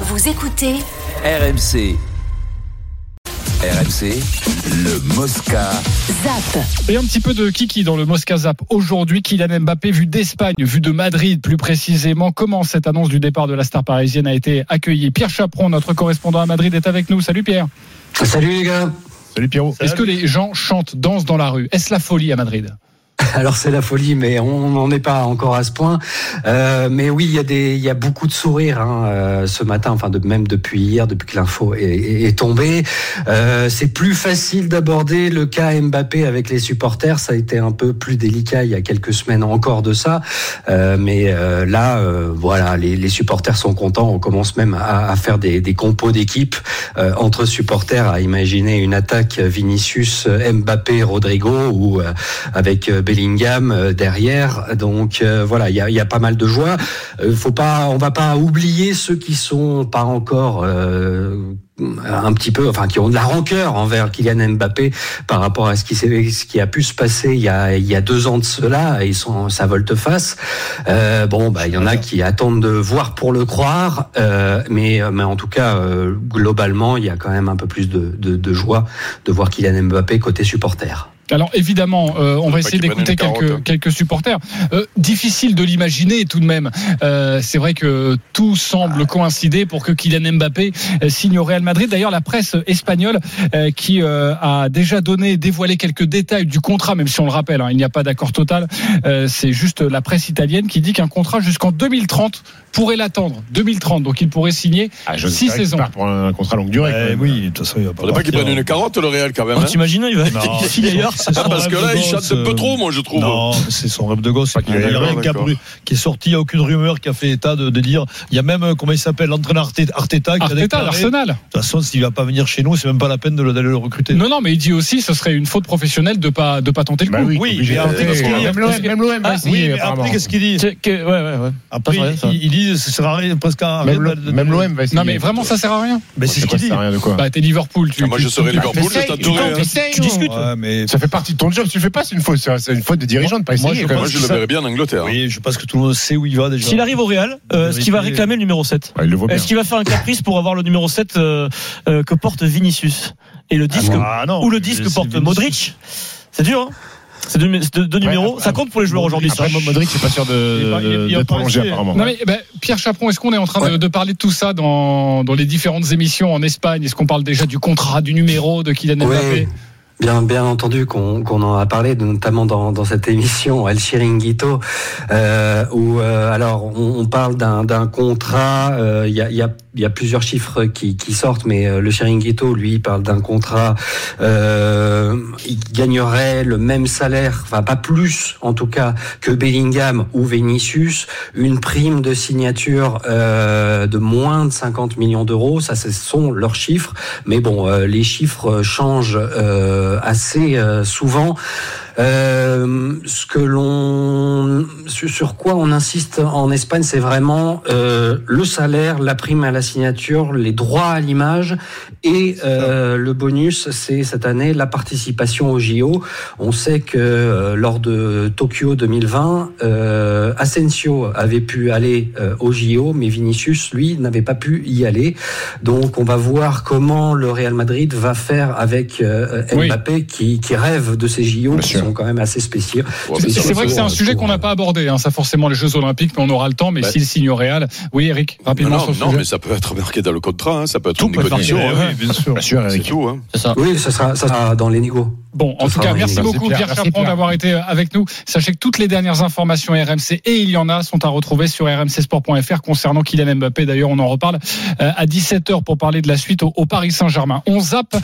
Vous écoutez RMC. RMC, le Mosca. ZAP. Et un petit peu de kiki dans le Mosca Zap aujourd'hui. Kylian Mbappé, vu d'Espagne, vu de Madrid plus précisément. Comment cette annonce du départ de la star parisienne a été accueillie Pierre Chaperon, notre correspondant à Madrid, est avec nous. Salut Pierre. Salut les gars. Salut Pierrot. Est-ce que les gens chantent, dansent dans la rue Est-ce la folie à Madrid Alors c'est la folie, mais on n'en est pas encore à ce point. Euh, mais oui, il y a des, il y a beaucoup de sourires hein, euh, ce matin, enfin de, même depuis hier, depuis que l'info est, est- est tombée. Euh, c'est plus facile d'aborder le cas Mbappé avec les supporters. Ça a été un peu plus délicat il y a quelques semaines encore de ça, Euh, mais euh, là, euh, voilà, les, les supporters sont contents. On commence même à, à faire des, des compos d'équipe euh, entre supporters, à imaginer une attaque Vinicius, Mbappé, Rodrigo ou euh, avec euh, Bellingham euh, derrière. Donc euh, voilà, il y a, il y a pas mal de joie. Euh, Faut pas, on va pas oublier ceux qui sont pas encore. euh, un petit peu, enfin qui ont de la rancœur envers Kylian Mbappé par rapport à ce qui, s'est- ce qui a pu se passer il y a, il y a deux ans de cela et son, sa volte-face. Euh, bon, bah, il y en a qui attendent de voir pour le croire, euh, mais, mais en tout cas, euh, globalement, il y a quand même un peu plus de, de, de joie de voir Kylian Mbappé côté supporter. Alors évidemment, euh, on va essayer qu'il prenne d'écouter les carottes, quelques, hein. quelques supporters. Euh, difficile de l'imaginer tout de même. Euh, c'est vrai que tout Ah. semble coïncider pour que Kylian Mbappé euh, signe au Real Madrid. D'ailleurs, la presse espagnole euh, qui euh, a déjà donné, dévoilé quelques détails du contrat, même si on le rappelle, hein, il n'y a pas d'accord total. Euh, c'est juste la presse italienne qui dit qu'un contrat jusqu'en 2030 pourrait l'attendre. 2030, donc il pourrait signer Ah, je ne six sais pas, saisons. il part pour un contrat longue durée. Eh quand même. oui, de toute façon, il va pas. Faudrait pas qu'il partir. prenne une carotte le Real quand même. Non, hein. T'imagines, il va Non. être ici d'ailleurs. c'est Ah, son parce rêve que là, de il chante gosse, un euh, peu trop, moi, je trouve. Ah, Non, c'est son rêve de gosse. Pas qu'il Il y ait a le rien droit, qui, a d'accord. bru- qui est sorti, il n'y a aucune rumeur qui a fait état de délire. Il y a même, euh, comment il s'appelle, l'entraîneur Arte- Arteta qui a Arteta, déclaré. De l'Arsenal. toute façon, s'il va pas venir chez nous, c'est même pas la peine de le- d'aller le recruter. Non, non, mais il dit aussi, ce serait une faute professionnelle de pas de pas tenter le Bah coup. oui, Oui, obligé mais de- après, de- parce qu'il y a- de- même l'OM Ah, oui, mais après, qu'est-ce qu'il dit Après, vrai, ça. il, il dit, ce sera rien, presque à Même rien le- même l'OM va essayer. Non mais vraiment ça sert à rien. Mais Moi, je c'est ce sais pas qu'il si dit. ça sert à rien de quoi. Bah t'es Liverpool, tu, Ah, moi, tu- je serais tu- Liverpool, je Tu t'adorais. hein. dis- Tu discutes. ouais, mais Ça fait partie de ton job. Si tu fais pas, c'est une faute. C'est c'est une faute des dirigeants de pas Moi, essayer. je quand même. Moi, je le ça- verrais bien en Angleterre. hein. Oui, je pense que tout le monde sait où il va déjà. S'il arrive au Real, euh, est-ce qu'il va réclamer le numéro 7 Ouais, Bah, il le vaut bien. Est-ce qu'il va faire un caprice pour avoir le numéro 7 euh, euh, que porte Vinicius Et le disque Ah, non. ou le disque que C'est porte Vinicius. Modric C'est dur, hein C'est deux, c'est deux- deux numéros. après- ça compte pour les joueurs aujourd'hui, ça. Après, Modric, c'est pas sûr Il est pas- il est- de- il est d'être pas prolongé resté. apparemment. Non mais bah, Pierre Chaperon, est-ce qu'on est en train de, de parler de tout ça dans, dans les différentes émissions en Espagne Est-ce qu'on parle déjà du contrat, du numéro de Kylian Ouais. Mbappé Bien, bien entendu qu'on qu'on en a parlé, notamment dans, dans cette émission El Chiringuito, euh, où euh, alors on, on parle d'un d'un contrat. euh, Il y, a, il y a- il y a plusieurs chiffres qui, qui sortent, mais euh, le Chiringuito lui il parle d'un contrat. Euh, il gagnerait le même salaire, enfin pas plus en tout cas que Bellingham ou Vinicius. Une prime de signature euh, de moins de 50 millions d'euros, ça ce sont leurs chiffres. Mais bon, euh, les chiffres euh, changent euh, assez euh, souvent. Euh, ce que l'on, sur- sur quoi on insiste en Espagne, c'est vraiment euh, le salaire, la prime à la signature, les droits à l'image et euh, le bonus, c'est cette année la participation au JO. On sait que euh, lors de Tokyo 2020, euh, Asensio avait pu aller euh, au JO, mais Vinicius, lui, n'avait pas pu y aller. Donc on va voir comment le Real Madrid va faire avec euh, Oui. Mbappé qui, qui rêve de ces JO Bien qui sûr. sont quand même assez spéciaux. Ouais, C'est mais ça c'est va vrai que se c'est un voir. sujet qu'on n'a pas abordé, hein, ça forcément les Jeux Olympiques, mais on aura le temps. Mais Bah. s'il signe au Real, oui Eric, Non, rapidement non, sur ce non, sujet. mais ça peut être marqué dans le contrat. hein, Ça peut être Tout une peut être négociation. marqué, hein. Oui, bien sûr. Bien sûr, C'est Eric. tout. hein. C'est ça. Oui, ça sera, ça sera dans les négos. Bon, Ça en tout sera cas, magnifique. merci beaucoup Merci, Pierre Pierre. Chaperon d'avoir été euh, avec nous. Sachez que toutes les dernières informations RMC et il y en a sont à retrouver sur rmcsport.fr concernant Kylian Mbappé. D'ailleurs, on en reparle euh, à 17h pour parler de la suite au, au Paris Saint-Germain. On zappe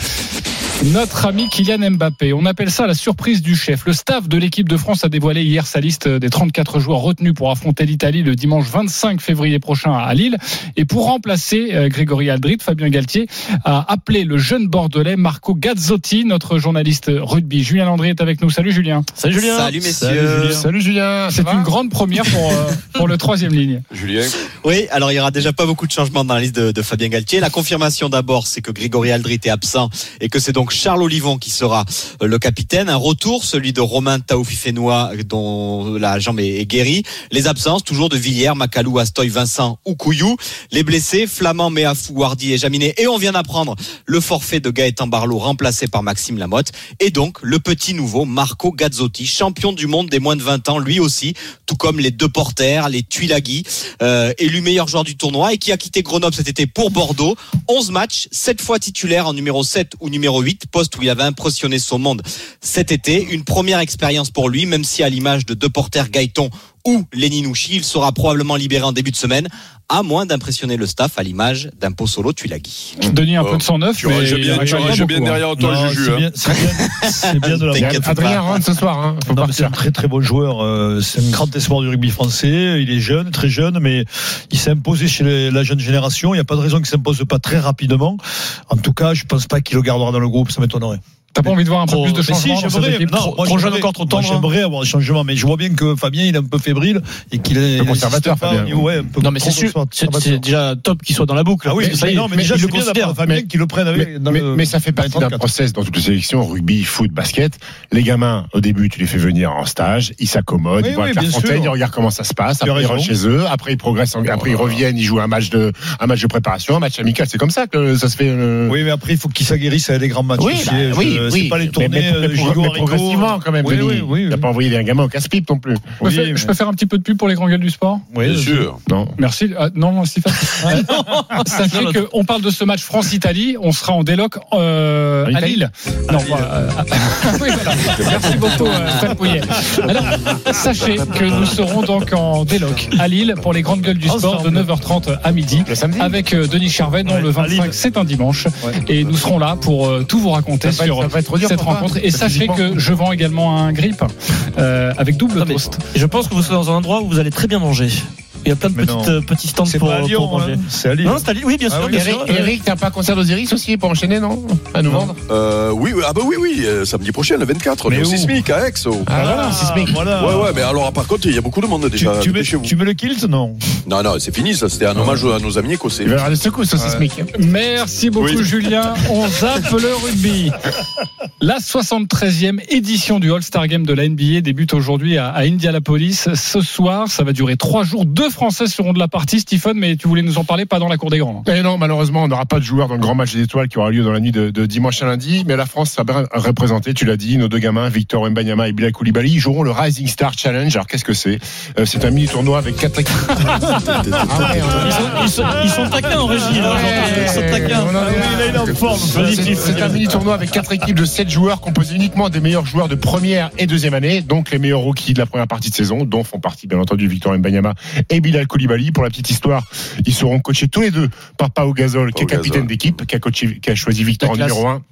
notre ami Kylian Mbappé. On appelle ça la surprise du chef. Le staff de l'équipe de France a dévoilé hier sa liste des 34 joueurs retenus pour affronter l'Italie le dimanche 25 février prochain à Lille. Et pour remplacer euh, Grégory Aldrit, Fabien Galtier a appelé le jeune Bordelais Marco Gazzotti, notre journaliste rugby. Julien Landry est avec nous. Salut Julien. Salut Julien. Salut Salut, messieurs. Julien. Salut Julien. ça C'est va une grande première pour, euh, pour le troisième ligne. Julien, Oui, alors il y aura déjà pas beaucoup de changements dans la liste de, de Fabien Galtier. La confirmation d'abord, c'est que Grégory Aldrit est absent et que c'est donc donc Charles Olivon qui sera euh, le capitaine. Un retour, celui de Romain Taoufifénois dont la jambe est, est guérie. Les absences, toujours de Villiers, Macalou, Astoy, Vincent ou Couillou. Les blessés, Flamand, Méafou, Wardy et Jaminet. Et on vient d'apprendre le forfait de Gaëtan Barlow remplacé par Maxime Lamotte. Et donc le petit nouveau Marco Gazzotti, champion du monde des moins de 20 ans, lui aussi, tout comme les deux porteurs, les Tuilagi, euh, élu meilleur joueur du tournoi et qui a quitté Grenoble cet été pour Bordeaux. 11 matchs, 7 fois titulaire en numéro 7 ou numéro 8, poste où il avait impressionné son monde cet été. Une première expérience pour lui, même si à l'image de deux porteurs Gaëton ou Leninouchi, il sera probablement libéré en début de semaine, à moins d'impressionner le staff à l'image d'un Pozzolo Tuilagi. Denis un Oh. peu de 109. Tu rages bien, tu rages bien derrière toi, Non, Juju. c'est hein. bien- c'est bien- C'est bien de la T'inquiète. Quatre Adrien pas. rentre ce soir. Hein. Faut Non, mais c'est partir. un très très bon joueur. euh, C'est un grand espoir du rugby français. Il est jeune, très jeune, mais il s'est imposé chez les- la jeune génération. Il n'y a pas de raison qu'il ne s'impose pas très rapidement. En tout cas, je ne pense pas qu'il le gardera dans le groupe. Ça m'étonnerait. T'as pas envie de voir un peu Trop- plus de Oh, mais si, changements dans cette j'aimerais- équipe non, Trop- moi, Trop jeune j'aimerais- encore, trop moi, tendre. hein. J'aimerais avoir des changements, mais je vois bien que Fabien, il est un peu fébrile et qu'il est peu conservateur, il pas, Fabien. ouais, un peu Non, mais trop c'est sûr, c'est conservateur. c'est déjà top qu'il soit dans la boucle. Ah oui, ça y est, non, mais déjà, il c'est le bien considère. d'avoir Fabien Mais- qui le prenne avec. Mais, dans mais- le- mais ça fait partie dans le d'un 34. process dans toutes les sélections, rugby, foot, basket. Les gamins, au début, tu les fais venir en stage, ils s'accommodent, Oui, ils vont oui, à bien Clairefontaine, sûr. ils regardent comment ça se passe, Tu as après ils raison. rentrent chez eux, après ils progressent, en- après ils reviennent, ils jouent un match de, un match de préparation, un match amical. C'est comme ça que ça se fait. euh, Oui, mais après, il faut qu'il s'aguerrisse à des grands matchs. Oui, aussi. bah, Je- oui, c'est oui. pas les Mais- tournées, mais, euh, mais- Gigot, mais Haricot. progressivement quand même, Oui, Denis. oui, oui, T'as oui. pas envoyé un gamin au casse-pipe non plus. Je peux faire- Je peux faire un petit peu de pub pour les grands gueules du sport Oui, Bien je- sûr. Non. Merci. Ah, non, Stéphane. Sachez qu'on parle de ce match France-Italie. On sera en déloc euh, à Italie. Ah, Lille. Non, bah, euh, oui, voilà. Merci beaucoup, euh, Stéphane Pouillet. Alors, sachez que nous serons donc en déloc à Lille pour les grandes gueules du sport de 9h30 à midi. Le samedi. Avec euh, Denis Charvet, dont Ouais, le à Lille. 25, c'est un dimanche. Ouais. Et nous serons là pour euh, tout vous raconter Ça va être- sur ça va être dur cette pour toi, rencontre. Et ça, sachez physiquement. que je vends également un grip euh, avec double Attendez. toast. Je pense que vous serez dans un endroit où vous allez très bien manger. Il y a plein de Mais petites, non. euh, petits stands C'est pour, pas à pour Lyon, manger. hein. c'est à Lille. Non, c'est à Lille. Oui, bien Ah sûr. oui, bien Eric- sûr. Eric, t'as pas un concert d'Osiris aussi pour enchaîner, non À nous vendre Euh, oui, oui, ah bah oui, oui, euh, samedi prochain, le 24, on est Mais au où Sismic à Aix. au- Ah, voilà, Ah, sismique. voilà. Ouais, ouais, mais alors par contre, il y a beaucoup de monde Tu, déjà tu mets, chez vous. tu mets le kilt Non. Non, non, c'est fini, ça. C'était un hommage à nos amis écossais. Il va y avoir des secousses au sismique. Merci beaucoup Oui. Julien. On zappe le rugby. La 73e édition du All-Star Game de la NBA débute aujourd'hui à, à Indianapolis. Ce soir, ça va durer trois jours. Deux Français seront de la partie, Stephen, mais tu voulais nous en parler, pas dans la cour des grands. hein. Et non, malheureusement, on n'aura pas de joueurs dans le grand match des étoiles qui aura lieu dans la nuit de, de dimanche à lundi. Mais la France sera bien représentée. Tu l'as dit, nos deux gamins, Victor Wembanyama et Bilal Koulibaly, ils joueront le Rising Star Challenge. Alors qu'est-ce que c'est Euh, C'est un mini tournoi avec quatre équipes. Ah ouais, on a- Ils sont, ils sont- ils sont taquins en régie. là, aujourd'hui. Ils sont taquins. on en Ah est oui, là. là, il est en forme. C'est- Positif. C'est un mini tournoi avec quatre équipes de 7 joueurs composées uniquement des meilleurs joueurs de première et deuxième année, donc les meilleurs rookies de la première partie de saison, dont font partie bien entendu Victor Mbanyama et Bilal Koulibaly. Pour la petite histoire, ils seront coachés tous les deux par Pau Gasol, qui est Gasol. capitaine d'équipe, qui a, coaché- qui a choisi Victor La en classe. numéro 1.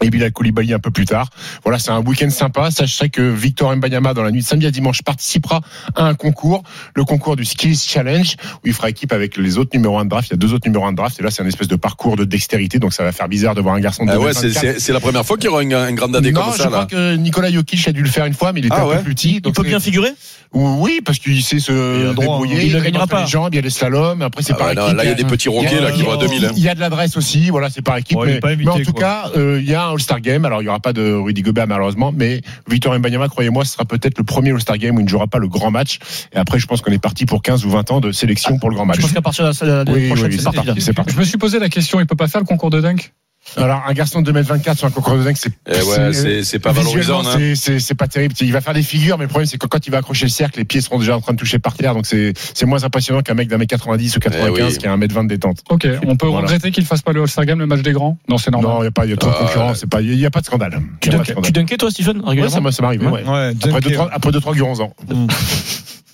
Et Bilal Koulibaly un peu plus tard. Voilà, c'est un week-end sympa. Sachez que Victor Mbanyama, dans la nuit de samedi à dimanche, participera à un concours, le concours du Skills Challenge, où il fera équipe avec les autres numéros 1 de draft. Il y a deux autres numéros 1 de draft, et là, c'est un espèce de parcours de dextérité, donc ça va faire bizarre de voir un garçon de Ah ouais, 2m24. c'est- c'est c'est la première fois qu'il y aura une, un grand dadé non, comme je ça, crois là. que Nicolas Jokic a dû le faire une fois, mais il était Ah un ouais. peu plus petit. Il donc peut c'est- bien figurer Oui, parce qu'il sait Il a se droit, hein. débrouiller. Il ne sait gagnera faire pas. Les jambes, il y a des slaloms. Après, c'est Ah par ouais, équipe. non, là, il y a des petits roquets là, qui vont à 2000. hein. Il y a de l'adresse aussi, voilà, c'est par équipe. Ouais, il est mais, pas invité, mais en tout quoi. cas, euh, il y a un All-Star Game. Alors, il n'y aura pas de Rudy Gobert, malheureusement, mais Victor Mbanyama, croyez-moi, ce sera peut-être le premier All-Star Game où il ne jouera pas le grand match. Et après, je pense qu'on est parti pour 15 ou 20 ans de sélection pour le grand match. Ah, Je pense qu'à partir de la, de la Oui, prochaine, oui, c'est c'est parti. là. parti, c'est parti. Je me suis posé la question, il peut pas faire le concours de dunk Alors, un garçon de 2m24 sur un concours de dingue, c'est Eh ouais, c'est- c'est pas Visuellement, valorisant. hein. c'est- C'est c'est pas terrible. Il va faire des figures, mais le problème, c'est que quand il va accrocher le cercle, les pieds seront déjà en train de toucher par terre. Donc, c'est c'est moins impressionnant qu'un mec d'un mètre 90 ou 95 Eh oui. qui a un mètre 20 de détente. Ok, on peut Voilà. regretter qu'il fasse pas le All-Star Game, le match des grands Non, c'est normal. Non, il n'y a pas y a trop de Ah, concurrence. c'est pas- Il n'y a pas de scandale. Tu Y a pas de dunkais, tu scandale. dunkais, toi, Stephen Ouais, régulièrement ça m'a- ça m'arrive. ouais. Ouais, Après Dunker. 2-3 après deux, trois hein. gurons ans.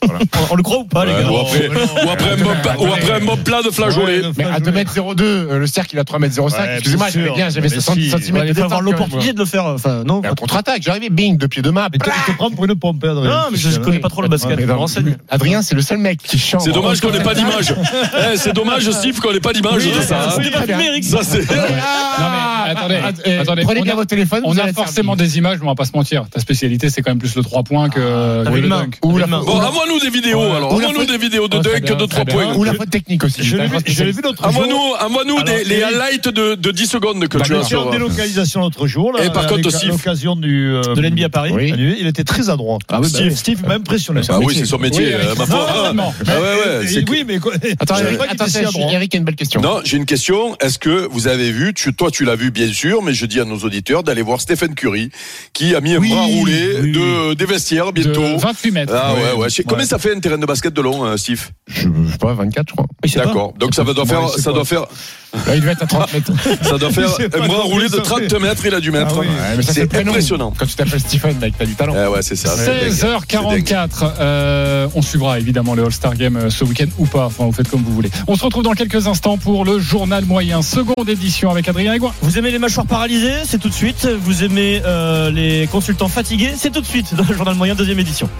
on, on le croit ou pas, les Ouais, gars ou, après, ou après un bon plat- ou après un bon plat de flageolet. Ouais, Mais à 2m02, euh, le cercle, il a 3m05. Ouais, Excusez-moi, bien j'avais sûr. bien, j'avais Mais 60 si. cm Ouais, Il faut avoir l'opportunité de le faire. Enfin, non. Contre-attaque, j'arrivais, bing, deux pieds de main. Mais tu te prends pour une pompe, Adrien. Non, mais je ne connais pas trop le basket. Mais Je me non, renseigne. Adrien, c'est le seul mec qui chante. C'est dommage qu'on n'ait pas d'image. Eh, c'est dommage, Steve, qu'on n'ait pas d'image de ça. hein. C'est pas fumé, Eric. Ça, c'est. Ah Non, mais attendez, Eh, attendez, Prenez on bien a- votre téléphone. On vous a allez être forcément servi. des images, mais on va pas se mentir. Ta spécialité, c'est quand même plus le 3 points que T'avais que une le main. dunk. Ou T'avais la une main. Ah, ou Bon, la- envoie-nous nous des vidéos, Ouais. alors. Ou la Envoie-nous faute- des vidéos de Ah, très Dunk, bien, de très 3 bien. points. Ou la faute technique aussi. Je T'as l'ai un vu, je l'ai spécialiste. vu l'autre jour. Envoie-nous, envoie-nous Alors, des, les Eric- highlights de, de 10 secondes que Bah, tu as d'accord. Sur sur. délocalisation l'autre jour, là, Et par avec contre, Steve. l'occasion du euh, De l'NBA à Paris. Oui. annuler, il était très adroit. Ah oui, bah Steve, oui. Steve m'a impressionné. Bah oui, c'est son métier, Oui, euh, ma Non, foi. Ah, non, non. ah ouais, ouais, Et- c'est que- Oui, mais Attends, Je savais Eric, pas qu'il attends, était si Serge, adroit. Eric a une belle question. Non, j'ai une question. Est-ce que vous avez vu, tu, toi tu l'as vu bien sûr, mais je dis à nos auditeurs d'aller voir Stephen Curry qui a mis un Oui, bras roulé oui, de, des vestiaires bientôt. De 28 mètres. Ah ouais, ouais. Je sais- Ouais. Combien ça fait un terrain de basket de long, hein, Steve Je, je sais pas, 24, je crois. D'accord. Donc ça va- doit faire, Ouais, c'est ça pas- doit faire, Là, il devait être à 30 mètres. ça doit faire sais pas un bras combien roulé de ça 30 fait. mètres, il a dû mettre. Ah oui. Ouais, mais ça, C'est le prénom. impressionnant. Quand tu t'appelles Stephen, mec, t'as du talent. Eh ouais, c'est ça. c'est dingue. 16h44. Euh, on suivra évidemment le All-Star Game euh, ce week-end ou pas. Enfin, vous faites comme vous voulez. On se retrouve dans quelques instants pour le journal moyen, seconde édition avec Adrien Aigouin. Vous aimez les mâchoires paralysées, c'est tout de suite. Vous aimez euh, les consultants fatigués, c'est tout de suite dans le journal moyen deuxième édition.